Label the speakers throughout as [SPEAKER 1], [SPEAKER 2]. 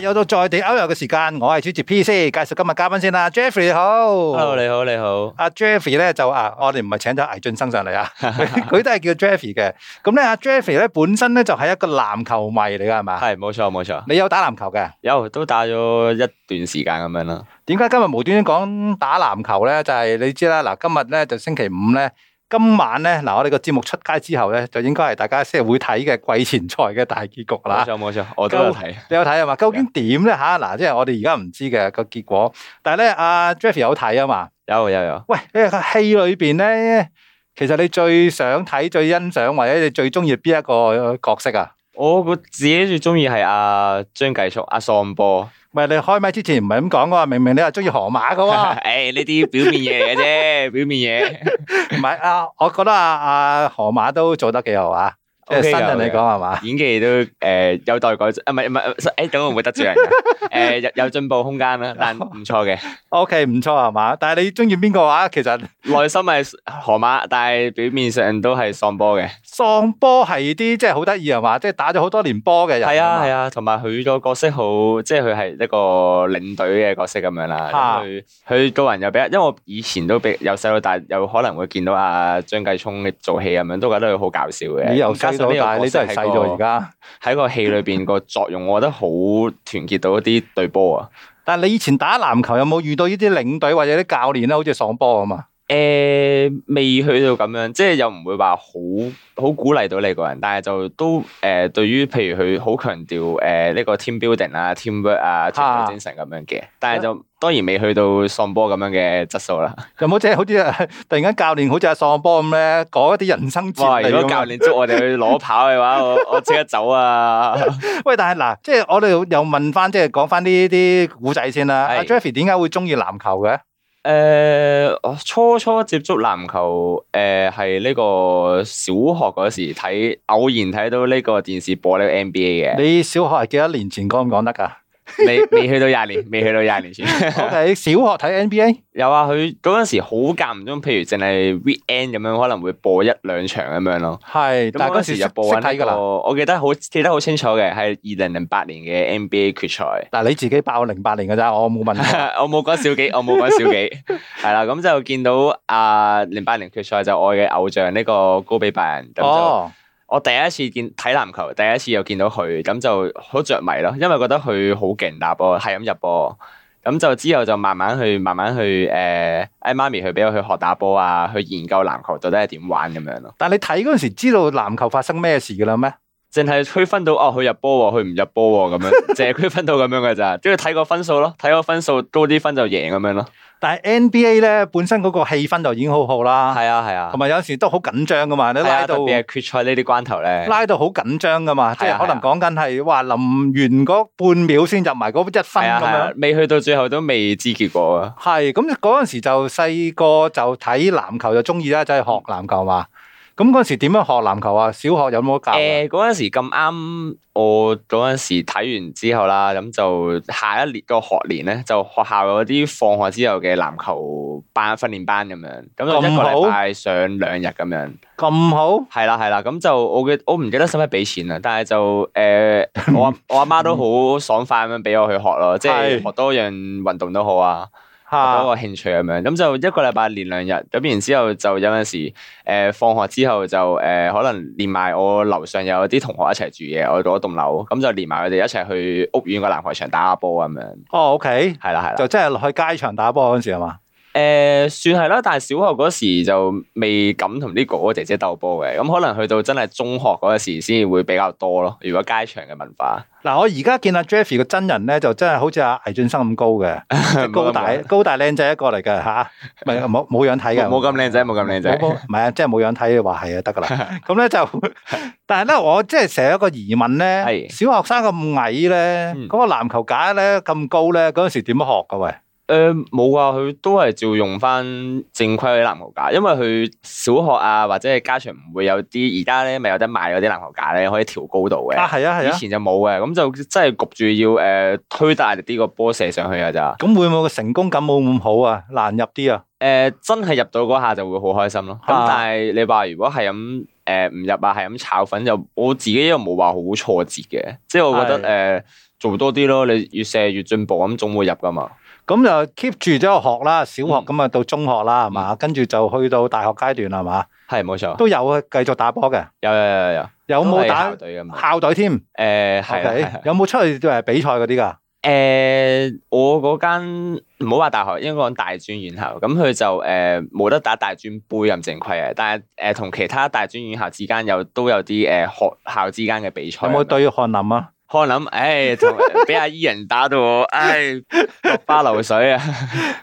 [SPEAKER 1] 又到在地 Out 遊嘅時間，我係主持 P C，介紹今日嘉賓先啦，Jeffrey 你好。
[SPEAKER 2] Hello，你好，你好。
[SPEAKER 1] 阿 Jeffrey 咧就啊，我哋唔係請咗倪俊生上嚟啊，佢佢都係叫 Jeffrey 嘅。咁咧，阿 Jeffrey 咧本身咧就係一個籃球迷嚟 噶，係嘛？
[SPEAKER 2] 係，冇錯冇錯，
[SPEAKER 1] 你有打籃球嘅？
[SPEAKER 2] 有都打咗一段時間咁樣啦。
[SPEAKER 1] 點解今日無端端講打籃球咧？就係、你知啦，嗱，今日咧就星期五咧，今晚咧嗱，我哋個節目出街之後咧，就應該係大家先係會睇嘅季前賽嘅大結局
[SPEAKER 2] 冇
[SPEAKER 1] 啦。
[SPEAKER 2] 錯冇錯，我都有睇。
[SPEAKER 1] 你有睇啊嘛？究竟點咧吓？嗱，即係我哋而家唔知嘅個結果，但係咧，阿 Jeffy 有睇啊嘛。
[SPEAKER 2] 有有有，
[SPEAKER 1] 喂，你個戲裏邊咧，其實你最想睇、最欣賞或者你最中意邊一個角色啊？
[SPEAKER 2] 我個自己最中意係阿張繼聰阿喪波。
[SPEAKER 1] 喂，你開麥之前唔係咁講噶喎，明明你係中意河馬噶喎，
[SPEAKER 2] 誒，呢啲表面嘢嚟嘅啫，表面嘢。
[SPEAKER 1] 唔係啊？我覺得啊啊河馬都做得幾好啊，即係
[SPEAKER 2] OK
[SPEAKER 1] 新
[SPEAKER 2] 㗎
[SPEAKER 1] 人嚟講係嘛？
[SPEAKER 2] 演技都誒有待改進，啊唔係唔係，誒咁我唔會得罪人嘅。誒有有進步空間啦，但唔錯嘅。
[SPEAKER 1] O K 唔錯係嘛？但係你中意邊個話？其實啊
[SPEAKER 2] 內心係河馬，但係表面上都係喪波嘅。
[SPEAKER 1] 喪波係啲即係好得意係嘛？即係打咗好多年波嘅人
[SPEAKER 2] 係啊係
[SPEAKER 1] 啊，
[SPEAKER 2] 啊，同埋佢個角色好，即係佢係一個領隊嘅角色咁樣啦。
[SPEAKER 1] 嚇
[SPEAKER 2] 咁佢佢個人又比較，因為我以前都比由細到大有可能會見到阿張繼聰做戲咁樣，都覺得佢好搞笑嘅。
[SPEAKER 1] 你由
[SPEAKER 2] 啊加
[SPEAKER 1] 細
[SPEAKER 2] 上
[SPEAKER 1] 到
[SPEAKER 2] 呢個
[SPEAKER 1] 大，
[SPEAKER 2] 角
[SPEAKER 1] 你
[SPEAKER 2] 色
[SPEAKER 1] 真係細咗而
[SPEAKER 2] 喺
[SPEAKER 1] 家。
[SPEAKER 2] 個喺個戲裏邊個作用，我覺得好團結到一啲隊波啊。
[SPEAKER 1] 但係你以前打籃球有冇遇到呢啲領隊或者啲教練咧？好似喪波咁啊？
[SPEAKER 2] 誒、呃未去到咁樣，即係又唔會話好好鼓勵到你個人，但係就都誒、對於譬如佢好強調誒呢個 team building 啊、teamwork 啊、團隊精神咁樣嘅，但係就當然未去到喪波咁樣嘅質素 啦。
[SPEAKER 1] 有冇即係好似啊突然間教練好似阿喪波咁咧，講一啲人生哲
[SPEAKER 2] 哇！
[SPEAKER 1] 理
[SPEAKER 2] 如果
[SPEAKER 1] 咁
[SPEAKER 2] 教
[SPEAKER 1] 啊？
[SPEAKER 2] 練捉我哋去攞跑嘅話，我我即刻 走啊！
[SPEAKER 1] 喂，但係嗱，即係我哋又問翻，即係講翻呢啲古仔先啦。
[SPEAKER 2] 係
[SPEAKER 1] 阿 Jeffy 點解會中意籃球嘅？
[SPEAKER 2] 誒、呃我初初接觸籃球，誒係呢個小學嗰時睇，偶然睇到呢個電視播呢個 NBA 嘅，
[SPEAKER 1] 你小學係幾多年前講唔講得㗎
[SPEAKER 2] 未未去到廿年，未去到廿年前。
[SPEAKER 1] ？O K，小學睇 NBA，
[SPEAKER 2] 有啊，佢嗰陣時好間唔中，譬如淨係 weekend 咁樣，可能會播一兩場咁樣咯。
[SPEAKER 1] 係，
[SPEAKER 2] 咁
[SPEAKER 1] 但係
[SPEAKER 2] 嗰
[SPEAKER 1] 嗰
[SPEAKER 2] 陣
[SPEAKER 1] 時識
[SPEAKER 2] 時啊就
[SPEAKER 1] 識
[SPEAKER 2] 播緊
[SPEAKER 1] 睇
[SPEAKER 2] 呢
[SPEAKER 1] 㗎啦。
[SPEAKER 2] 個，我記得好記得好清楚嘅，係二零零八年嘅 NBA 決賽。
[SPEAKER 1] 嗱，你自己爆零八年㗎咋，我冇問過。
[SPEAKER 2] 我冇講小 紀，我冇講小紀，係啦，咁就見到啊零八年決賽就我嘅偶像呢個高比拜仁，咁就
[SPEAKER 1] 哦，
[SPEAKER 2] 我第一次見睇籃球，第一次又見到佢，咁就好着迷咯，因為覺得佢好勁打波，係咁入波。咁就之後就慢慢去，慢慢去誒，嗌、媽咪去俾我去學打波啊，去研究籃球到底係點玩咁樣咯。
[SPEAKER 1] 但係你睇嗰陣時知道籃球發生咩事㗎啦咩？
[SPEAKER 2] 淨係區分到哦，佢入波喎，佢唔入波喎咁樣，淨係區分到咁樣嘅咋，即係睇個分數咯，睇個分數高啲分就贏咁樣咯。
[SPEAKER 1] 但係 NBA 咧本身嗰個氣氛就已經好好啦。
[SPEAKER 2] 係啊係啊
[SPEAKER 1] 同，埋有時都好緊張噶嘛，你
[SPEAKER 2] 係
[SPEAKER 1] 拉
[SPEAKER 2] 啊，
[SPEAKER 1] 到
[SPEAKER 2] 特別係決賽呢啲關頭咧，
[SPEAKER 1] 拉到好緊張噶嘛，即
[SPEAKER 2] 係
[SPEAKER 1] 係
[SPEAKER 2] 啊
[SPEAKER 1] 可能講緊係話臨完嗰半秒先入埋嗰一分
[SPEAKER 2] 係啊
[SPEAKER 1] 咁
[SPEAKER 2] 係啊
[SPEAKER 1] 樣。，
[SPEAKER 2] 未去到最後都未知結果啊。
[SPEAKER 1] 係咁嗰陣時就細個就睇籃球就中意啦，就係學籃球嘛。咁嗰陣時點樣學籃球啊？小學有冇得教啊？
[SPEAKER 2] 誒嗰陣時咁啱，我嗰陣時睇完之後啦，咁就下一年個學年咧，就學校有啲放學之後嘅籃球班訓練班咁樣，咁就一個
[SPEAKER 1] 咁好
[SPEAKER 2] 禮拜上兩日咁樣，
[SPEAKER 1] 咁好，
[SPEAKER 2] 係啦係啦，咁就我嘅我唔記得使唔使俾錢啦，但係就誒、 呃我阿我阿媽都好爽快咁樣俾我去學咯，即係
[SPEAKER 1] 係
[SPEAKER 2] 學多樣運動都好啊。嗰
[SPEAKER 1] 嚇
[SPEAKER 2] 個興趣咁樣，咁就一個禮拜練兩日，咁然之後就有陣時誒、呃放學之後就誒、呃可能連埋我樓上有啲同學一齊住嘅，我嗰棟樓，咁就連埋佢哋一齊去屋苑個籃球場打下波咁樣，
[SPEAKER 1] 哦，OK，
[SPEAKER 2] 係啦係啦，
[SPEAKER 1] 就真係落去街場打波嗰陣時係嘛？
[SPEAKER 2] 誒、算係啦，但係小學嗰時就未敢同啲哥哥姐姐鬥波嘅，咁可能去到真係中學嗰時先會比較多咯，如果街場嘅文化，
[SPEAKER 1] 嗱，我而家見阿 Jeffy 個真人咧，就真係好似阿倪俊生咁高嘅，即係高大高大靚仔一個嚟嘅吓，唔係冇冇樣睇嘅，
[SPEAKER 2] 冇冇咁靚仔，冇咁靚仔
[SPEAKER 1] 冇，冇唔係啊，即係冇樣睇你話係啊，得噶 啦。咁咧就，但係咧，我即係成日有一個疑問咧，
[SPEAKER 2] 係
[SPEAKER 1] 小學生咁矮咧，
[SPEAKER 2] 嗯
[SPEAKER 1] 嗰個籃球架咧咁高咧，嗰陣時點學噶喂？
[SPEAKER 2] 誒冇啊，佢都係照用翻正規嗰啲籃球架，因為佢小學啊或者係家長唔會有啲而家咧咪有得賣嗰啲籃球架咧，可以調高度嘅。
[SPEAKER 1] 啊，係啊，係
[SPEAKER 2] 以
[SPEAKER 1] 啊。
[SPEAKER 2] 前就冇嘅，咁就真係焗住要誒、呃推大力啲個波射上去㗎咋。誒、
[SPEAKER 1] 咁會唔會個成功感冇咁好啊？難入啲啊？
[SPEAKER 2] 呃真係入到嗰下就會好開心咯。咁、
[SPEAKER 1] 啊
[SPEAKER 2] 但係你話如果係咁誒唔入啊，係咁炒粉就我自己又冇話好挫折嘅，即係我覺得誒、呃做多啲咯，你越射越進步，咁總會入噶嘛。
[SPEAKER 1] 咁就 keep 住都有學啦，小
[SPEAKER 2] 嗯
[SPEAKER 1] 學咁啊到中學啦，係嘛？跟住就去到大學階段啦，係嘛？
[SPEAKER 2] 係冇錯，
[SPEAKER 1] 都有啊，繼續打波嘅，
[SPEAKER 2] 有有有有有，
[SPEAKER 1] 有冇打
[SPEAKER 2] 哦都係校隊咁樣？
[SPEAKER 1] 校隊添
[SPEAKER 2] 誒係啊係啊
[SPEAKER 1] ？OK，有冇出去誒比賽嗰啲㗎？
[SPEAKER 2] 誒、我嗰間唔好話大學，應該講大專院校，咁佢就誒冇、得打大專杯咁正規嘅，但係誒同其他大專院校之間有都有啲誒、學校之間嘅比賽。
[SPEAKER 1] 有冇對翰林啊？
[SPEAKER 2] 可能諗， 唉、同俾阿伊人打到我，唉、落花流水啊！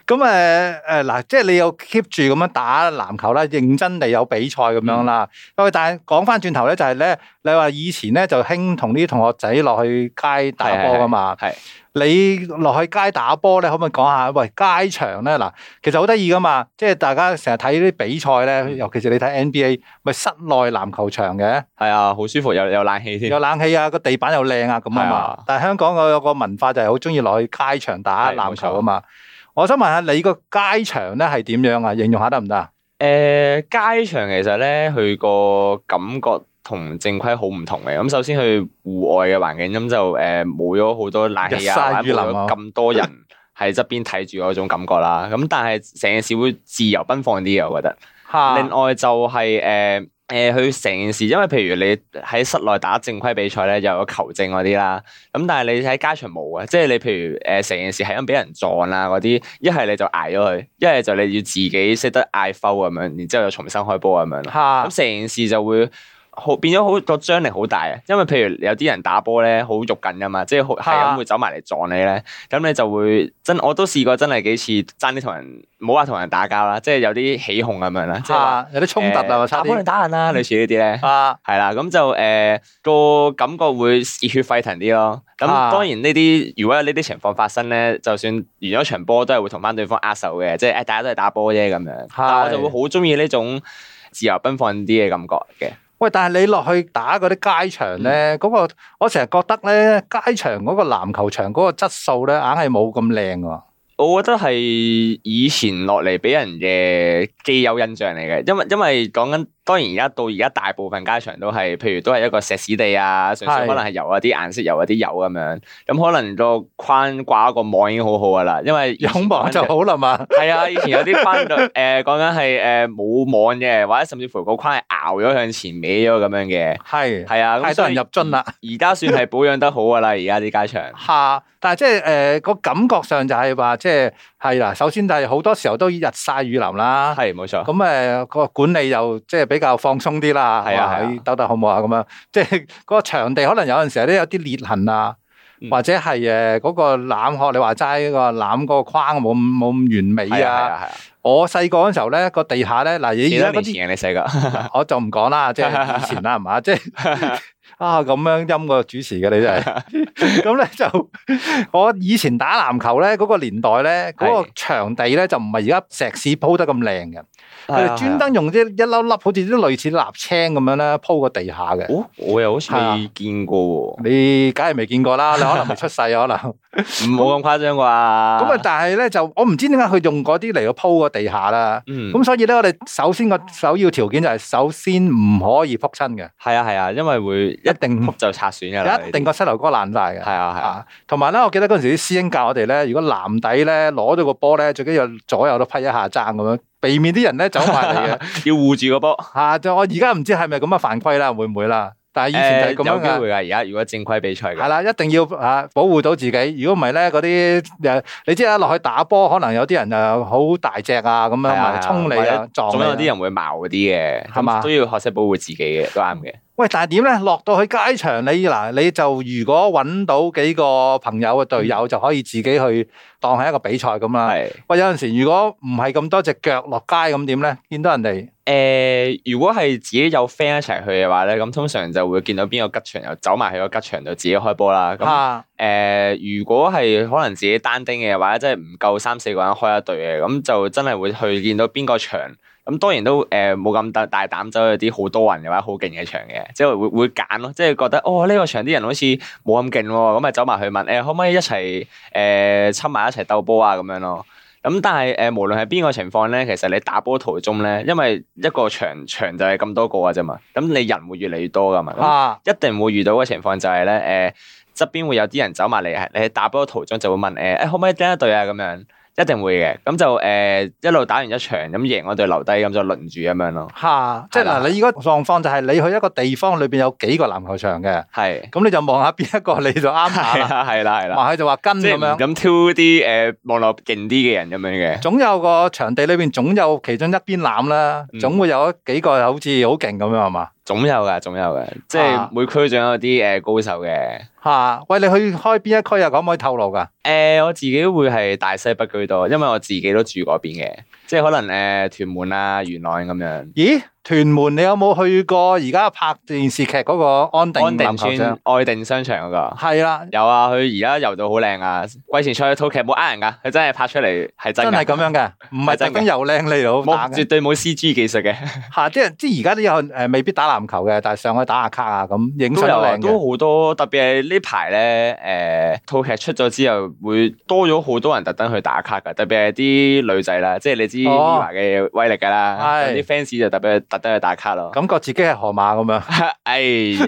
[SPEAKER 1] 咁誒誒嗱，即係你有 keep 住咁樣打籃球啦，認真地有比賽咁樣啦。
[SPEAKER 2] 嗯
[SPEAKER 1] 喂、但係講翻轉頭咧，就係、咧，你話以前咧就興同啲同學仔落去街打波噶嘛。
[SPEAKER 2] 係係
[SPEAKER 1] 你落去街打波咧，可唔可以講下？喂，街場咧嗱，其實好得意噶嘛，即係大家成日睇啲比賽咧，
[SPEAKER 2] 嗯
[SPEAKER 1] 尤其是你睇 NBA，咪室內籃球場嘅，
[SPEAKER 2] 係啊，好舒服，有有冷氣添
[SPEAKER 1] 有。冷氣啊，個地板又靚啊咁啊
[SPEAKER 2] 係
[SPEAKER 1] 嘛
[SPEAKER 2] 啊。
[SPEAKER 1] 但係香港有個文化就係好中意落去街場打
[SPEAKER 2] 係
[SPEAKER 1] 籃球啊嘛。我想問下你個街場咧係點樣啊？形容下得唔得啊？
[SPEAKER 2] 誒、呃街場其實咧，佢個感覺同正規好唔同嘅。咁首先佢户外嘅環境，咁就誒冇咗好多冷氣啊，
[SPEAKER 1] 日曬雨淋啊
[SPEAKER 2] 冇咗咁多人喺側邊睇住嗰種感覺啦。咁但係成件事會自由奔放啲嘅，我覺得。
[SPEAKER 1] 嚇
[SPEAKER 2] 另外就係誒誒，佢成件事，因為譬如你喺室內打正規比賽咧，又有球證嗰啲啦，咁但係你喺街場冇啊，即係你譬如誒成件事係咁俾人撞啦嗰啲，一係你就捱咗佢，一係就你要自己識得嗌 foul 咁樣，然之後又重新開波咁樣咯。
[SPEAKER 1] 嚇
[SPEAKER 2] 咁成件事就會好變咗好個張力好大啊！因為譬如有啲人打波咧好肉緊噶嘛，即係好係
[SPEAKER 1] 啊
[SPEAKER 2] 咁會走埋嚟撞你咧，咁你就會真我都試過真係幾次爭啲同人，唔好話同人打交啦，即係有啲起哄咁樣啦，即係話
[SPEAKER 1] 嚇有啲衝突啊嘛，
[SPEAKER 2] 誒
[SPEAKER 1] 差
[SPEAKER 2] 打波
[SPEAKER 1] 啲
[SPEAKER 2] 定打人啦，類似呢啲咧。
[SPEAKER 1] 啊
[SPEAKER 2] 係啦，咁就誒個感覺會熱血沸騰啲咯。咁
[SPEAKER 1] 啊
[SPEAKER 2] 當然呢啲如果有呢啲情況發生咧，就算完咗場波都係會同翻對方握手嘅，即係哎誒大家都係打波啫咁樣。但我就會好中意呢種自由奔放啲嘅感覺嘅。
[SPEAKER 1] 喂，但係你落去打嗰啲街場
[SPEAKER 2] 嗯
[SPEAKER 1] 咧，嗰、個我成日覺得咧，街場嗰個籃球場嗰個質素咧，硬係冇咁靚喎。
[SPEAKER 2] 我覺得係以前落嚟俾人嘅既有印象嚟嘅，因為因為講緊當然而家到而家大部分街場都係，譬如都係一個石屎地啊，純
[SPEAKER 1] 係
[SPEAKER 2] 粹可能係油啊啲顏色油啊啲油咁樣，咁可能個框掛個網已經好好噶啦，因為以
[SPEAKER 1] 有
[SPEAKER 2] 前
[SPEAKER 1] 網就
[SPEAKER 2] 講緊
[SPEAKER 1] 好啦嘛。
[SPEAKER 2] 係啊，以前有啲框就 誒講緊係誒冇網嘅，或者甚至乎個框係拗咗向前歪咗咁樣嘅，
[SPEAKER 1] 係，
[SPEAKER 2] 係啊，咁
[SPEAKER 1] 太多人入樽啦。
[SPEAKER 2] 所以而家算係保養得好噶啦，而家啲街場。
[SPEAKER 1] 嚇！但係即係誒個感覺上就係話，即係係啦。首先就係好多時候都日曬雨淋啦。
[SPEAKER 2] 係啊冇錯，
[SPEAKER 1] 咁誒個管理又即係比較放鬆啲啦，
[SPEAKER 2] 係啊
[SPEAKER 1] 話
[SPEAKER 2] 係啊
[SPEAKER 1] 咦兜兜好唔好啊？咁樣即係嗰個場地可能有陣時咧有啲裂痕啊，
[SPEAKER 2] 嗯
[SPEAKER 1] 或者係誒嗰個攬殼，你話齋個攬嗰個框冇咁冇咁完美
[SPEAKER 2] 係啊係
[SPEAKER 1] 啊。
[SPEAKER 2] 啊係啊，啊
[SPEAKER 1] 我細個嗰陣時候咧個地下咧嗱，
[SPEAKER 2] 幾多
[SPEAKER 1] 而家嗰
[SPEAKER 2] 年
[SPEAKER 1] 啲
[SPEAKER 2] 前嘅你細個。
[SPEAKER 1] 我就唔講啦，即係以前啦，係嘛，即係啊咁樣陰個主持嘅你真係， 咁咧就我以前打籃球咧嗰個年代咧，嗰個
[SPEAKER 2] 係
[SPEAKER 1] 場地咧就唔係而家石屎鋪得咁靚嘅。佢
[SPEAKER 2] 係啊
[SPEAKER 1] 哋專。登用啲一粒粒，好似啲類似瀝青咁樣咧，鋪個地下嘅。
[SPEAKER 2] 哦，我又好似
[SPEAKER 1] 係啊
[SPEAKER 2] 未見過喎，
[SPEAKER 1] 你梗係未見過啦，你可能未出 世啊，可能咁
[SPEAKER 2] 唔好咁誇張啩。咁
[SPEAKER 1] 啊！
[SPEAKER 2] 啊，
[SPEAKER 1] 但係咧就我唔知點解佢用嗰啲嚟到鋪個地下啦。
[SPEAKER 2] 嗯，
[SPEAKER 1] 咁所以咧，我哋首先個首要條件就係首先唔可以撲親嘅，
[SPEAKER 2] 係啊係啊，因為會一
[SPEAKER 1] 一定
[SPEAKER 2] 撲就拆損㗎啦，
[SPEAKER 1] 一定個膝頭哥爛晒嘅。
[SPEAKER 2] 係啊係啊，
[SPEAKER 1] 啊，同埋咧，我記得嗰陣時啲師兄教我哋咧，如果籃底咧攞到個波咧，最緊要左右都批一下爭咁樣，避免啲人咧走埋嚟嘅。
[SPEAKER 2] 要護住個波。
[SPEAKER 1] 嚇！就我而家唔知係咪咁嘅犯規啦，會唔會啦？但係以前就係咁
[SPEAKER 2] 誒
[SPEAKER 1] 樣
[SPEAKER 2] 有機
[SPEAKER 1] 嘅。
[SPEAKER 2] 會㗎，而家如果正規比賽
[SPEAKER 1] 係
[SPEAKER 2] 嘅，
[SPEAKER 1] 啦，一定要啊保護到自己。如果唔係咧，嗰啲誒，你知啦，落去打波，可能有啲人啊好大隻啊，咁樣
[SPEAKER 2] 係啊
[SPEAKER 1] 埋衝你
[SPEAKER 2] 或
[SPEAKER 1] 啊
[SPEAKER 2] 者，
[SPEAKER 1] 撞
[SPEAKER 2] 總
[SPEAKER 1] 你
[SPEAKER 2] 有啲
[SPEAKER 1] 啊。
[SPEAKER 2] 人會矛啲嘅，
[SPEAKER 1] 係嘛
[SPEAKER 2] 咁都要學識保護自己嘅，都啱嘅。
[SPEAKER 1] 喂，但係點咧？落到去街場，你嗱，你就如果揾到幾個朋友嘅隊友，就可以自己去當係一個比賽咁啦。
[SPEAKER 2] 嗯係
[SPEAKER 1] 喂，有陣時如果唔係咁多隻腳落街咁點咧？見到人哋
[SPEAKER 2] 誒，如果係自己有 friend 一齊去嘅話咧，咁通常就會見到邊個吉場，又走埋去個吉場度自己開波啦。咁
[SPEAKER 1] 嚇
[SPEAKER 2] 誒、呃如果係可能自己單丁嘅話，即係唔夠三四個人開一隊嘅，咁就真係會去見到邊個場。咁當然都誒冇咁大大膽走去啲好多人嘅話，好勁嘅場嘅，即係會會揀咯，即係覺得哦呢、個場啲人好似呃冇咁勁喎，咁咪走埋去問誒、可唔可以一齊誒親埋一齊鬥波啊咁樣咯。咁但係誒、呃，無論係邊個情況咧，其實你打波途中咧，因為一個場場就係咁多個嘅啫嘛，咁你人會越嚟越多噶嘛，咁
[SPEAKER 1] 啊，
[SPEAKER 2] 一定會遇到嘅情況就係咧誒。呃側邊會有啲人走埋嚟，係你喺打波途中就會問誒，誒、欸、可唔可以掟一隊啊？咁樣一定會嘅。咁就誒、呃一路打完一場，咁贏嗰隊留低，咁就輪住咁樣咯。
[SPEAKER 1] 吓，即係嗱，
[SPEAKER 2] 係啦
[SPEAKER 1] 你而家狀況就係你去一個地方裏邊有幾個籃球場嘅，
[SPEAKER 2] 係
[SPEAKER 1] 咁你就望下邊一個你就啱下
[SPEAKER 2] 係
[SPEAKER 1] 啦，
[SPEAKER 2] 啦係啦係啦，
[SPEAKER 1] 話佢就話跟
[SPEAKER 2] 即係
[SPEAKER 1] 咁
[SPEAKER 2] 唔
[SPEAKER 1] 樣，
[SPEAKER 2] 敢挑啲誒呃網絡勁啲嘅人咁樣嘅。
[SPEAKER 1] 總有個場地裏邊總有其中一邊攬啦，
[SPEAKER 2] 嗯
[SPEAKER 1] 總會有幾個好似好勁咁樣係嘛？
[SPEAKER 2] 總有噶，總有噶，即係每區總有啲誒高手嘅。
[SPEAKER 1] 吓、喂，你去開邊一區啊？可唔可以透露噶？
[SPEAKER 2] 誒、呃我自己會係大西北居多，因為我自己都住嗰邊嘅，即係可能誒、屯門啊、元朗咁樣。
[SPEAKER 1] 咦，屯門你有冇去過而家拍電視劇嗰個安定
[SPEAKER 2] 安定
[SPEAKER 1] 籃球場
[SPEAKER 2] 村？愛定商場嗰、個。
[SPEAKER 1] 係啦，
[SPEAKER 2] 有啊，佢而家游到好靚啊！季前賽套劇冇呃人噶，佢真係拍出嚟係真
[SPEAKER 1] 真
[SPEAKER 2] 㗎
[SPEAKER 1] 係咁樣嘅，唔係
[SPEAKER 2] 係
[SPEAKER 1] 特
[SPEAKER 2] 真嘅
[SPEAKER 1] 登又靚你老打
[SPEAKER 2] 冇
[SPEAKER 1] 嘅
[SPEAKER 2] 絕對冇 C G 技術嘅，
[SPEAKER 1] 吓，即係即係而家都有诶，未必打籃球嘅，但係上去打下卡啊咁，影
[SPEAKER 2] 都
[SPEAKER 1] 相
[SPEAKER 2] 有
[SPEAKER 1] 都
[SPEAKER 2] 啊，
[SPEAKER 1] 靚嘅。
[SPEAKER 2] 都好多。特別係呢排咧，诶、套劇出咗之後，會多咗好多人特登去打卡噶。特別係啲女仔啦，即係你知 m
[SPEAKER 1] 哦
[SPEAKER 2] i 嘅威力噶啦，
[SPEAKER 1] 係
[SPEAKER 2] 咁啲 fans 就特別特登去打卡咯。
[SPEAKER 1] 感覺自己係河馬咁樣。
[SPEAKER 2] 诶诶，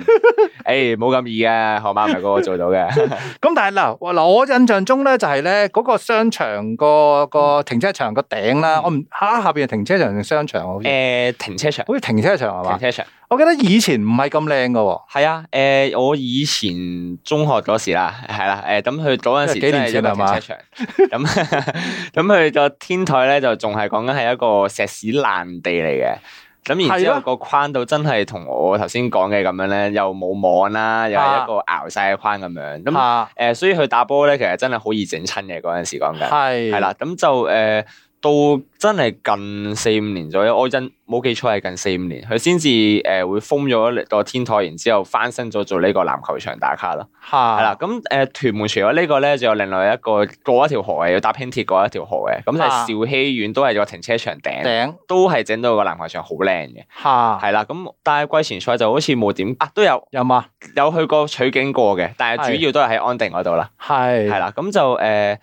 [SPEAKER 2] 哎冇咁易嘅，河馬唔係個個做到嘅。
[SPEAKER 1] 咁但係嗱，我嗱我印象中咧就係咧嗰個商場個
[SPEAKER 2] 嗯
[SPEAKER 1] 個停車場個頂啦，我唔吓下边係停車場定商場啊好似
[SPEAKER 2] 诶、停車場，
[SPEAKER 1] 好似停車場係
[SPEAKER 2] 停
[SPEAKER 1] 嘛？
[SPEAKER 2] 車場。
[SPEAKER 1] 我記得以前唔係咁靚噶。
[SPEAKER 2] 係啊，誒、我以前中學嗰時啦，係啦，誒咁佢嗰陣時
[SPEAKER 1] 即係幾
[SPEAKER 2] 真
[SPEAKER 1] 年
[SPEAKER 2] 係一
[SPEAKER 1] 前
[SPEAKER 2] 個
[SPEAKER 1] 係
[SPEAKER 2] 停
[SPEAKER 1] 嘛
[SPEAKER 2] 車場，咁咁 佢個天台咧就仲係講緊係一個石屎爛地嚟嘅，咁然之
[SPEAKER 1] 係
[SPEAKER 2] 後
[SPEAKER 1] 咩
[SPEAKER 2] 個框度真係同我頭先講嘅咁樣咧，又冇網啦，又係一個熬晒嘅框咁樣，咁誒、
[SPEAKER 1] 啊，
[SPEAKER 2] 所以佢打波咧其實真係好易整親嘅嗰陣時講緊。
[SPEAKER 1] 係
[SPEAKER 2] 係啦，咁就誒、呃到真係近四五年左右，我印冇記錯係近四五年，佢先至誒會封咗個天台，然之後翻新咗做呢個籃球場打卡咯。
[SPEAKER 1] 吓
[SPEAKER 2] 係啦、咁誒、呃屯門除咗呢個咧，仲有另外一個過一條河嘅，要搭輕鐵過一條河嘅，咁就係
[SPEAKER 1] 啊
[SPEAKER 2] 兆禧苑都係個停車場頂，
[SPEAKER 1] 頂
[SPEAKER 2] 都係整到個籃球場好靚嘅。
[SPEAKER 1] 吓
[SPEAKER 2] 係啦，咁但係季前賽就好似冇點啊，都有
[SPEAKER 1] 有嘛？
[SPEAKER 2] 有去過取景過嘅，但係
[SPEAKER 1] 係
[SPEAKER 2] 主要都係喺安定嗰度啦。
[SPEAKER 1] 係
[SPEAKER 2] 係啦，咁就诶，呃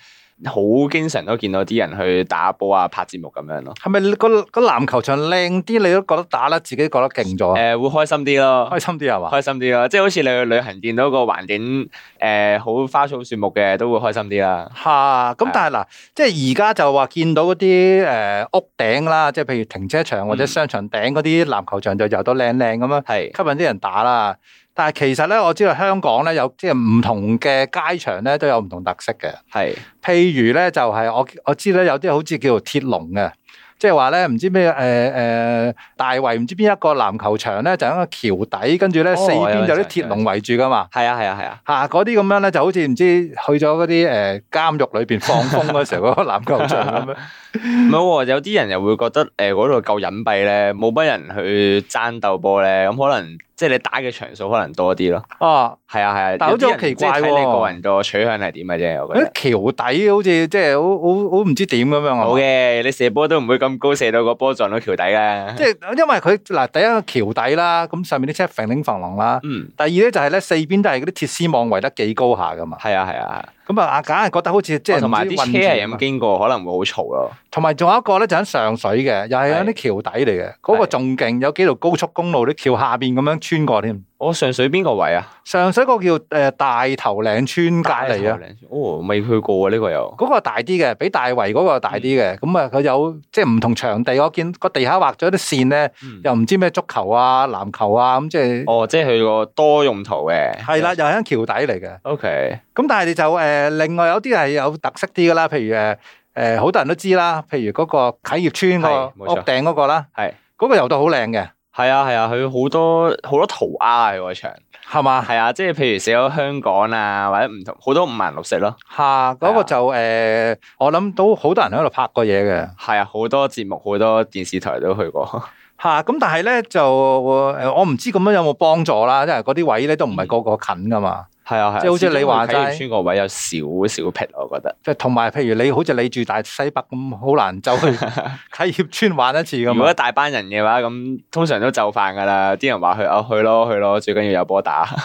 [SPEAKER 2] 好、經常都見到啲人去打波啊、拍節目咁樣咯。
[SPEAKER 1] 係咪個個籃球場靚啲，你都覺得打得自己覺得勁咗啊？
[SPEAKER 2] 诶、呃會開心啲咯，
[SPEAKER 1] 開心啊啲係嘛？
[SPEAKER 2] 開心啲咯，即係好似你去旅行見到個環境诶好、花草樹木嘅，都會開心啲啦。
[SPEAKER 1] 吓，咁
[SPEAKER 2] 係啊
[SPEAKER 1] 但係嗱，即係而家就話見到嗰啲诶屋頂啦，即係譬如停車場或者
[SPEAKER 2] 嗯
[SPEAKER 1] 商場頂嗰啲籃球場就游到靚靚咁樣，
[SPEAKER 2] 係
[SPEAKER 1] 吸引啲人打啦。但係其實咧，我知道香港咧有即係唔同嘅街場咧都有唔同特色嘅。
[SPEAKER 2] 係
[SPEAKER 1] 譬如咧就係、我我知咧有啲好似叫做鐵籠嘅，即係話咧唔知咩誒誒大圍唔知邊一個籃球場咧就喺個橋底，跟住咧
[SPEAKER 2] 哦
[SPEAKER 1] 四邊有啲鐵
[SPEAKER 2] 有
[SPEAKER 1] 籠圍住噶嘛。
[SPEAKER 2] 係啊係啊係啊，
[SPEAKER 1] 嚇嗰啲咁樣咧，就好似唔知去咗嗰啲誒監獄裏邊放風嗰時候嗰個籃球場咁樣。
[SPEAKER 2] 唔係喎，有啲人又會覺得呃诶嗰度夠隱蔽咧，冇乜人去爭鬥波咧，咁可能即係你打嘅場數可能多啲咯。
[SPEAKER 1] 哦，
[SPEAKER 2] 係啊係啊，
[SPEAKER 1] 但係好似
[SPEAKER 2] 有啲
[SPEAKER 1] 好奇
[SPEAKER 2] 人即係
[SPEAKER 1] 怪
[SPEAKER 2] 睇
[SPEAKER 1] 喎
[SPEAKER 2] 你個人個取向係點嘅啫，我覺
[SPEAKER 1] 嗰啲
[SPEAKER 2] 得。
[SPEAKER 1] 橋底好似即係好好好唔知點咁樣啊
[SPEAKER 2] 好。嘅，你射波都唔會咁高，射到個波撞到橋底啦
[SPEAKER 1] 即。係因為佢嗱第一個橋底啦，咁上面啲車揈拎揈浪啦。
[SPEAKER 2] 嗯。
[SPEAKER 1] 第二咧就係咧四邊都係嗰啲鐵絲網圍得幾高下噶嘛。
[SPEAKER 2] 係啊係啊，
[SPEAKER 1] 咁啊，梗係覺得好似即
[SPEAKER 2] 即
[SPEAKER 1] 係
[SPEAKER 2] 係哦同埋啲車啊係
[SPEAKER 1] 咁
[SPEAKER 2] 咁經過，可能會好嘈啊咯。
[SPEAKER 1] 同埋仲有一個咧就喺上水嘅，又係喺啲橋底嚟嘅，嗰個
[SPEAKER 2] 係
[SPEAKER 1] 仲勁，有幾條高速公路啲橋下邊咁樣穿過添。
[SPEAKER 2] 我上水邊個位啊？
[SPEAKER 1] 上水嗰個叫誒大頭嶺村隔離啊，
[SPEAKER 2] 大頭嶺！哦，未去過啊，呢個又
[SPEAKER 1] 嗰個大啲嘅，比大圍嗰個大啲
[SPEAKER 2] 嗯
[SPEAKER 1] 嘅。咁啊，佢有即係唔同場地，我見個地下畫咗啲線咧，又唔知咩足球啊、籃球啊，咁即係
[SPEAKER 2] 嗯哦，即係去過多用途嘅。
[SPEAKER 1] 係啦，又喺橋底嚟嘅。
[SPEAKER 2] ，OK，
[SPEAKER 1] 咁但係你就誒、呃另外有啲係有特色啲噶啦，譬如誒誒，呃好、多人都知啦，譬如嗰個啟業村
[SPEAKER 2] 係
[SPEAKER 1] 個
[SPEAKER 2] 冇
[SPEAKER 1] 屋
[SPEAKER 2] 錯
[SPEAKER 1] 頂嗰個啦，
[SPEAKER 2] 係
[SPEAKER 1] 嗰個游到好靚嘅，
[SPEAKER 2] 係啊係啊，佢好多好多塗鴉喺個場。
[SPEAKER 1] 係嘛？
[SPEAKER 2] 係啊，即係譬如寫咗香港啊，或者唔同好多五顏六色咯。
[SPEAKER 1] 嚇，嗰
[SPEAKER 2] 啊
[SPEAKER 1] 個就誒、呃我諗都好多人喺度拍過嘢嘅。
[SPEAKER 2] 係啊，好多節目好多電視台都去過。
[SPEAKER 1] 嚇，咁但係咧就誒，呃我唔知咁樣有冇幫助啦，因為嗰啲位咧都
[SPEAKER 2] 嗯
[SPEAKER 1] 唔係個個近噶嘛，
[SPEAKER 2] 係啊係啊，
[SPEAKER 1] 即係好似你話齋
[SPEAKER 2] 始終佢啟業村個位有少少僻，我覺得。
[SPEAKER 1] 即係同埋譬如你好似你住大西北咁，好難走去 啟業村玩一次咁
[SPEAKER 2] 如果
[SPEAKER 1] 嘛
[SPEAKER 2] 一。大班哦人嘅話，咁通常都就範㗎啦。啲人話去啊去咯去咯，最緊要有波打。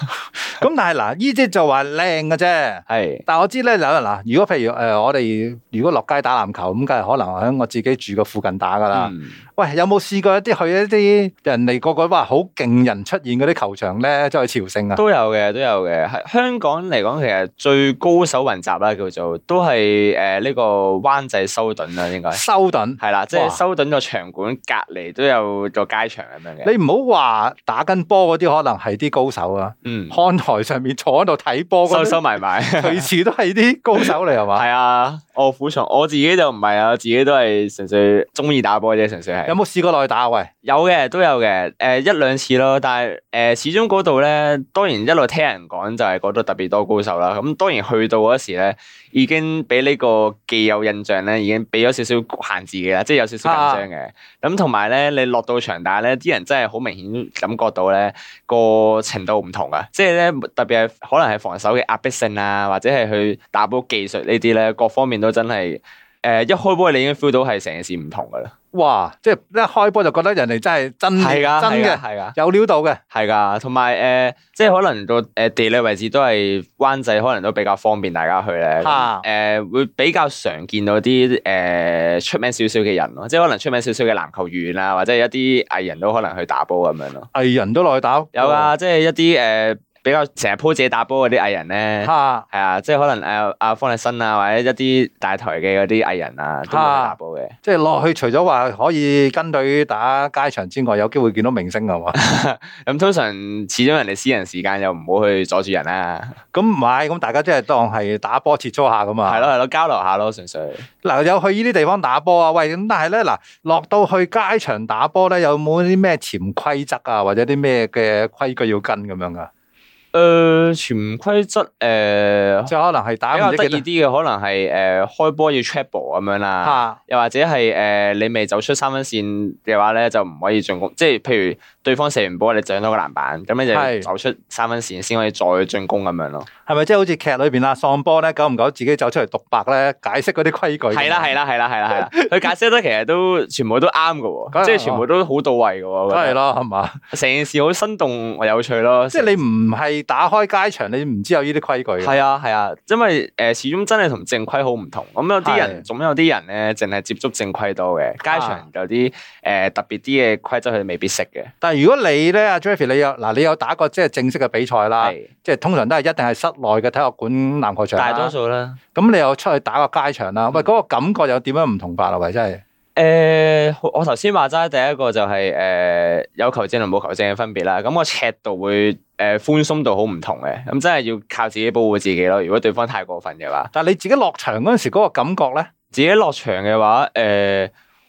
[SPEAKER 1] 咁但係嗱，依啲就話靚嘅啫。
[SPEAKER 2] 係
[SPEAKER 1] 但我知咧有人嗱，如果譬如誒、呃我哋如果落街打籃球咁，梗係可能喺我自己住嘅附近打噶啦。
[SPEAKER 2] 嗯
[SPEAKER 1] 喂，有冇試過一啲去一啲人哋個個話好勁人出現嗰啲球場咧，即係去朝聖啊？
[SPEAKER 2] 都有嘅，都有嘅。喺香港嚟講，其實最高手雲集啦，叫做都係誒呢個灣仔修頓啦，應該
[SPEAKER 1] 修頓，
[SPEAKER 2] 係啦，即係
[SPEAKER 1] 哇
[SPEAKER 2] 修頓個場館隔離都有個街場咁樣嘅。
[SPEAKER 1] 你唔好話打緊波嗰啲可能係啲高手啊，
[SPEAKER 2] 嗯，
[SPEAKER 1] 看台上面坐喺度睇波
[SPEAKER 2] 收
[SPEAKER 1] 嗰啲，
[SPEAKER 2] 收埋 埋。
[SPEAKER 1] 隨時都係啲高手嚟係嘛？
[SPEAKER 2] 係啊，卧虎藏我自己就唔係啊，我自己都係純粹中意打波啫，純粹係。
[SPEAKER 1] 有冇試過落去打啊？喂，
[SPEAKER 2] 有嘅，都有嘅，誒、一兩次咯，但係誒、始終嗰度咧，當然一路聽人講就係嗰度特別多高手啦。咁當然去到嗰時咧，已經俾呢個既有印象咧，已經俾咗少少局限自己啦，即係有少少
[SPEAKER 1] 啊
[SPEAKER 2] 緊張嘅。咁同埋咧，你落到場打咧，啲人真係好明顯感覺到咧個程度唔同啊！即係咧，特別係可能係防守嘅壓迫性啊，或者係佢打波技術呢啲咧，各方面都真係誒、一開波你已經 feel 到係成件事唔同噶啦。
[SPEAKER 1] 哇！即係一開波就覺得人哋真係真
[SPEAKER 2] 係㗎，
[SPEAKER 1] 嗯真
[SPEAKER 2] 係㗎啊
[SPEAKER 1] 嘅，
[SPEAKER 2] 係㗎。
[SPEAKER 1] 有料到嘅。
[SPEAKER 2] 係噶，同埋誒，即係可能個誒地理位置都係灣仔，可能都比較方便大家去咧。誒、
[SPEAKER 1] 啊
[SPEAKER 2] 會比較常見到啲誒、呃出名少少嘅人咯，即係可能出名少少嘅籃球員啊，或者一啲藝人都可能去打波咁樣咯。
[SPEAKER 1] 藝人都落去打，
[SPEAKER 2] 有啊，即係一啲誒、比較成日 po 自己打波嗰啲藝人咧，
[SPEAKER 1] 嚇
[SPEAKER 2] 係啊，即係可能誒阿方力申啊，或者一啲大台嘅嗰啲藝人啊，都會去打波嘅。
[SPEAKER 1] 即係落去除咗話可以跟隊打街場之外，有機會見到明星啊 係嘛？
[SPEAKER 2] 咁通常始終人哋私人時間又唔好去阻住人啊啦，
[SPEAKER 1] 咁唔係，咁大家即係當係打波切磋下咁嘛。
[SPEAKER 2] 係咯係咯，交流下咯，純粹。
[SPEAKER 1] 嗱，有去呢啲地方打波啊，喂，咁但係咧，嗱，落到去街場打波咧，有冇啲咩潛規則啊，或者啲咩嘅規矩要跟咁樣啊噶？
[SPEAKER 2] 誒、呃潛規則誒
[SPEAKER 1] 即係可能係打
[SPEAKER 2] 啊比
[SPEAKER 1] 唔
[SPEAKER 2] 較
[SPEAKER 1] 知
[SPEAKER 2] 得
[SPEAKER 1] 幾
[SPEAKER 2] 意
[SPEAKER 1] 多
[SPEAKER 2] 啲嘅，可能係誒、呃開波要 trap ball 啊咁樣啦，
[SPEAKER 1] 嚇
[SPEAKER 2] 又或者係誒、你未走出三分線嘅話咧，就唔可以進攻，即係譬如對方射完波，你上到個籃板，咁你就要
[SPEAKER 1] 係
[SPEAKER 2] 走出三分線先可以再進攻咁樣咯。
[SPEAKER 1] 係咪即係好似劇裏邊啦，喪波咧，久唔久自己走出嚟獨白咧，解釋嗰啲規矩？啊
[SPEAKER 2] 係啦，係啦，係啦，係啦，係啦， 佢解釋得其實都全部都啱嘅
[SPEAKER 1] 梗
[SPEAKER 2] 喎，
[SPEAKER 1] 係
[SPEAKER 2] 即係全部都好到位嘅喎，我
[SPEAKER 1] 梗
[SPEAKER 2] 覺得
[SPEAKER 1] 係啦，係嘛？
[SPEAKER 2] 成件事好生動有趣咯。
[SPEAKER 1] 即係你唔係打開街場，你唔知有呢啲規矩嘅。
[SPEAKER 2] 係啊係啊，因為誒、呃始終真係同正規好唔同。咁有啲人
[SPEAKER 1] 係
[SPEAKER 2] 總有啲人咧，淨係接觸正規多嘅，街場有啲誒、呃特別啲嘅規則，佢哋未必識嘅。
[SPEAKER 1] 但係如果你咧，阿 Jeffy，你有嗱，你有打過即係正式嘅比賽啦，
[SPEAKER 2] 係
[SPEAKER 1] 即係通常都係一定係室內嘅體育館籃球場啦
[SPEAKER 2] 大多數嗯啦。
[SPEAKER 1] 咁你又出去打個街場啦，喂，嗰個感覺又點樣唔同法啊？喂，真係
[SPEAKER 2] 誒、我呃我頭先話齋，第一個就係、呃有球證同冇球證嘅分別啦。咁、個尺度會誒、呃、寬鬆度好唔同嘅，咁真係要靠自己保護自己咯。如果對方太過分嘅話。
[SPEAKER 1] 但係你自己落場嗰陣時嗰個感覺咧，
[SPEAKER 2] 自己落場嘅話，誒、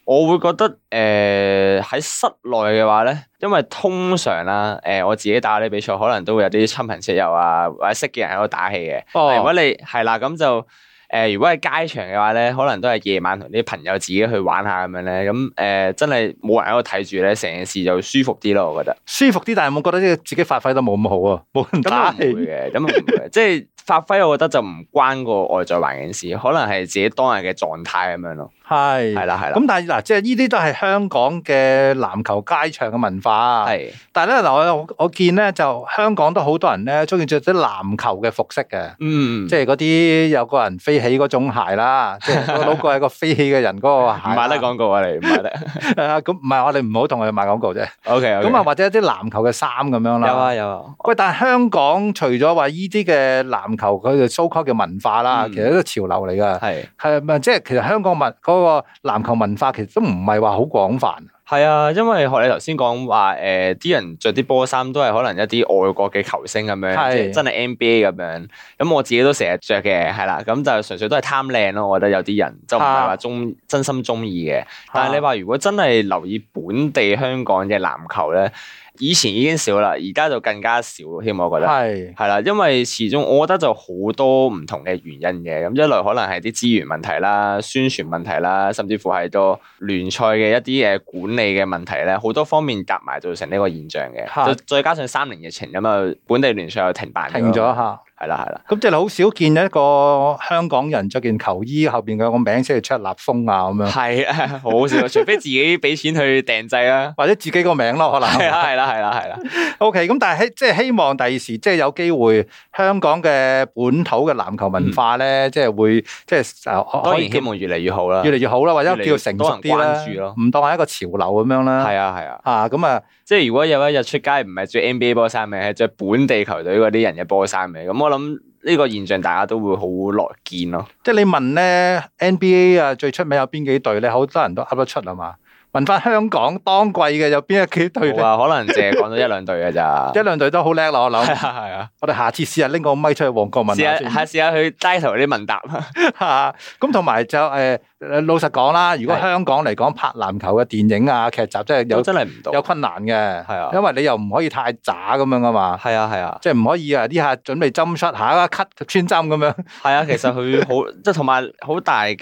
[SPEAKER 2] 我會覺得誒喺、室內嘅話咧，因為通常啦，誒、我自己打啲比賽，可能都會有啲親朋戚友啊，或者識嘅人喺度打氣嘅。如果
[SPEAKER 1] 哦，
[SPEAKER 2] 你係啦，咁就誒、如果係街場嘅話咧，可能都係夜晚同啲朋友自己去玩下咁樣咧，咁誒、真係冇人喺度睇住咧，成件事就舒服啲咯，我覺得。
[SPEAKER 1] 舒服啲，但係有冇覺得自己發揮得冇咁好啊？ 冇人
[SPEAKER 2] 咁
[SPEAKER 1] 打
[SPEAKER 2] 啊唔會
[SPEAKER 1] 氣，
[SPEAKER 2] 嘅，咁啊唔會嘅，即係發揮，我覺得就唔關個外在環境事，可能係自己當日嘅狀態咁樣咯。係
[SPEAKER 1] 係。
[SPEAKER 2] 啦，係啦，
[SPEAKER 1] 咁但係嗱，即係呢啲都係香港嘅籃球街場嘅文化。
[SPEAKER 2] 係。
[SPEAKER 1] 但係咧嗱，我我見咧就香港都好多人咧中意着啲籃球嘅服飾嘅。
[SPEAKER 2] 嗯，
[SPEAKER 1] 即係嗰啲有個人飛起嗰種鞋 啦，即係個 logo 係個飛起嘅人嗰個
[SPEAKER 2] 唔
[SPEAKER 1] 鞋啦。
[SPEAKER 2] 買得廣告哦啊，你唔 買得。
[SPEAKER 1] 係啊 咁唔係我哋唔好同佢賣廣告啫。
[SPEAKER 2] O K，
[SPEAKER 1] 咁啊，，或者一啲籃球嘅衫咁樣啦。
[SPEAKER 2] 有啊有啊，
[SPEAKER 1] 喂，但係香港除咗話依啲嘅籃球佢嘅 so called 嘅文化啦，
[SPEAKER 2] 嗯
[SPEAKER 1] 其實都潮流嚟㗎。
[SPEAKER 2] 係
[SPEAKER 1] 係咪即係其實香港文嗰、個籃球文化其實都唔係話好廣泛。
[SPEAKER 2] 係啊，因為學你頭先講話，誒、啲人着啲波衫都係可能一啲外國嘅球星咁樣，
[SPEAKER 1] 係
[SPEAKER 2] 即係真係 N B A 咁樣。咁我自己都成日着嘅，係啦，咁就純粹都係貪靚咯。我覺得有啲人就唔係話中真心中意嘅，但係你話如果真係留意本地香港嘅籃球咧，以前已經少啦，而家就更加少添，我覺得。
[SPEAKER 1] 係
[SPEAKER 2] 係啦，因為始終我覺得就好多唔同嘅原因嘅，咁一來可能係啲資源問題啦、宣傳問題啦，甚至乎係個聯賽嘅一啲誒呃管理嘅問題咧，好多方面夾埋造成呢個現象嘅。
[SPEAKER 1] 嚇
[SPEAKER 2] 再再加上三年疫情咁啊，本地聯賽又停辦
[SPEAKER 1] 停咗嚇，
[SPEAKER 2] 係啦係啦。
[SPEAKER 1] 咁即係你好少見一個香港人着件球衣後边有個名寫住出立風啊 咁樣，
[SPEAKER 2] 係啊，好少，除非自己俾錢去訂製啦。
[SPEAKER 1] 或者自己個名咯，可能
[SPEAKER 2] 係啊啦係啦係啦係啦。
[SPEAKER 1] O K，咁但係希即係希望第二時即係有機會香港嘅本土嘅籃球文化咧，即係會即係啊可
[SPEAKER 2] 嗯當
[SPEAKER 1] 以
[SPEAKER 2] 然希望越嚟越好啦。
[SPEAKER 1] 越嚟越好啦，或者
[SPEAKER 2] 越嚟
[SPEAKER 1] 叫
[SPEAKER 2] 越
[SPEAKER 1] 成熟
[SPEAKER 2] 多人
[SPEAKER 1] 啲
[SPEAKER 2] 關注
[SPEAKER 1] 啦
[SPEAKER 2] 咯，
[SPEAKER 1] 唔當係一個潮流咁樣啦。
[SPEAKER 2] 係啊係啊，
[SPEAKER 1] 啊，咁啊，
[SPEAKER 2] 即係如果有一日出街唔係着 NBA 波衫嘅，係着本地球隊嗰啲人嘅波衫嘅，咁我諗呢個現象大家都會好樂見咯。
[SPEAKER 1] 即係你問咧 NBA 啊最出名有邊幾隊咧，好多人都噏得出啊嘛。問翻香港當季嘅有邊一幾隊
[SPEAKER 2] 冇
[SPEAKER 1] 咧？
[SPEAKER 2] 啊，可能淨係講到一兩隊嘅 咋。
[SPEAKER 1] 一兩隊都好叻啦，我
[SPEAKER 2] 係
[SPEAKER 1] 諗。
[SPEAKER 2] 啊係啊，
[SPEAKER 1] 我哋下次試下拎個咪出去旺角問
[SPEAKER 2] 試
[SPEAKER 1] 下
[SPEAKER 2] 下
[SPEAKER 1] 先。
[SPEAKER 2] 下試下去街頭嗰啲問答啦。
[SPEAKER 1] 嚇咁同埋就誒老實講啦，如果
[SPEAKER 2] 係
[SPEAKER 1] 香港嚟講拍籃球嘅電影啊劇集，真係
[SPEAKER 2] 有
[SPEAKER 1] 有
[SPEAKER 2] 真係唔到。
[SPEAKER 1] 有困難嘅，
[SPEAKER 2] 係啊
[SPEAKER 1] 因為你又唔可以太渣咁樣噶嘛，
[SPEAKER 2] 係啊係啊
[SPEAKER 1] 即係唔可以啊呢下準備針 shot 下啊 cut 穿針咁樣，
[SPEAKER 2] 係啊，其實佢好 即係同埋好大嘅，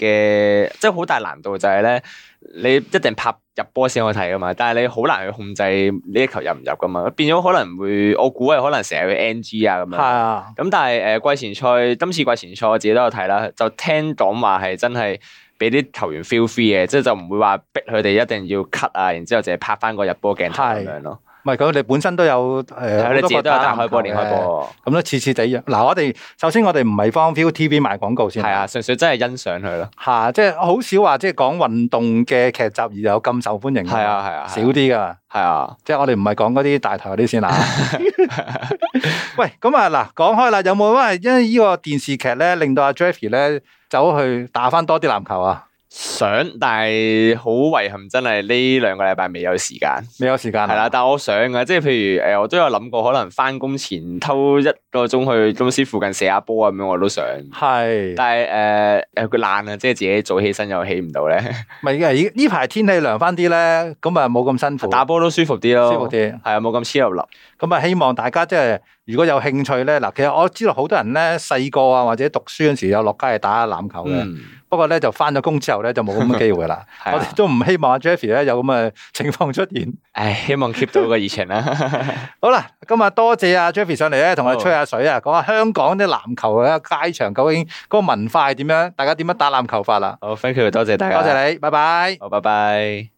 [SPEAKER 2] 即係好大難度就係咧，你一定拍入波先可以睇噶嘛，但係你好難去控制呢一球入唔入噶嘛，變咗可能會我估係可能成日會 NG 啊咁樣。
[SPEAKER 1] 啊，
[SPEAKER 2] 咁但係誒季前賽，今次季前賽我自己都有睇啦，就聽講話係真係俾啲球員 feel free 嘅，即係就唔會話逼佢哋一定要 cut 啊，然之後淨係拍翻個入波鏡頭咁樣咯。
[SPEAKER 1] 唔係咁你本身都有誒，
[SPEAKER 2] 係啊佢
[SPEAKER 1] 好
[SPEAKER 2] 哋
[SPEAKER 1] 多
[SPEAKER 2] 自己都有
[SPEAKER 1] 個
[SPEAKER 2] 打
[SPEAKER 1] 打籃
[SPEAKER 2] 開波、
[SPEAKER 1] 球
[SPEAKER 2] 連
[SPEAKER 1] 嘅
[SPEAKER 2] 開，波，
[SPEAKER 1] 咁都次次地一樣。嗱，我哋首先我哋唔係幫 ViuTV 賣廣告先，
[SPEAKER 2] 係啊，純粹真係欣賞佢咯。
[SPEAKER 1] 嚇，即係好少話即係講運動嘅劇集而有咁受歡迎，
[SPEAKER 2] 係啊，係啊，
[SPEAKER 1] 少啲㗎。
[SPEAKER 2] 係啊，
[SPEAKER 1] 即系我哋唔係講嗰啲大台嗰啲先 啦。喂，咁啊嗱，講開啦，有冇因為因為呢個電視劇咧，令到阿 Jeffy 咧走去打翻多啲籃球啊？
[SPEAKER 2] 想，但係好遺憾，真係呢兩個禮拜未有時間。
[SPEAKER 1] 未有時間啊
[SPEAKER 2] 係啦，，啊但我想嘅，即係譬如诶，呃我都有諗過，可能翻工前偷一個鐘去公司附近射下波啊咁樣，我都想。
[SPEAKER 1] 係
[SPEAKER 2] 但係诶诶，佢懶啊，即係自己早起身又起唔到咧，
[SPEAKER 1] 咪而呢排天氣涼翻啲咧，咁啊冇咁辛苦，
[SPEAKER 2] 打波都舒服啲咯，
[SPEAKER 1] 舒服啲。
[SPEAKER 2] 係啊，冇咁黐立立。
[SPEAKER 1] 咁啊，希望大家即係如果有興趣咧，嗱，其實我知道好多人咧細個啊或者讀書嗰時有落街去打下籃球嘅，
[SPEAKER 2] 嗯，
[SPEAKER 1] 不過咧就翻咗工之後咧就冇咁嘅機會啦。
[SPEAKER 2] 係
[SPEAKER 1] 我哋
[SPEAKER 2] 啊，
[SPEAKER 1] 都唔希望阿 Jeffy 咧有咁嘅情況出現。
[SPEAKER 2] 唉，希望 keep 到個熱情 啦。
[SPEAKER 1] 好啦，今日多謝阿 Jeffy 上嚟咧，
[SPEAKER 2] 哦
[SPEAKER 1] 同我哋吹下水啊，講下香港啲籃球嘅街場究竟嗰個文化係點樣，大家點樣打籃球法啦。啊
[SPEAKER 2] 好，thank you，多謝大
[SPEAKER 1] 多
[SPEAKER 2] 家，
[SPEAKER 1] 謝你，拜拜。
[SPEAKER 2] 好，拜拜。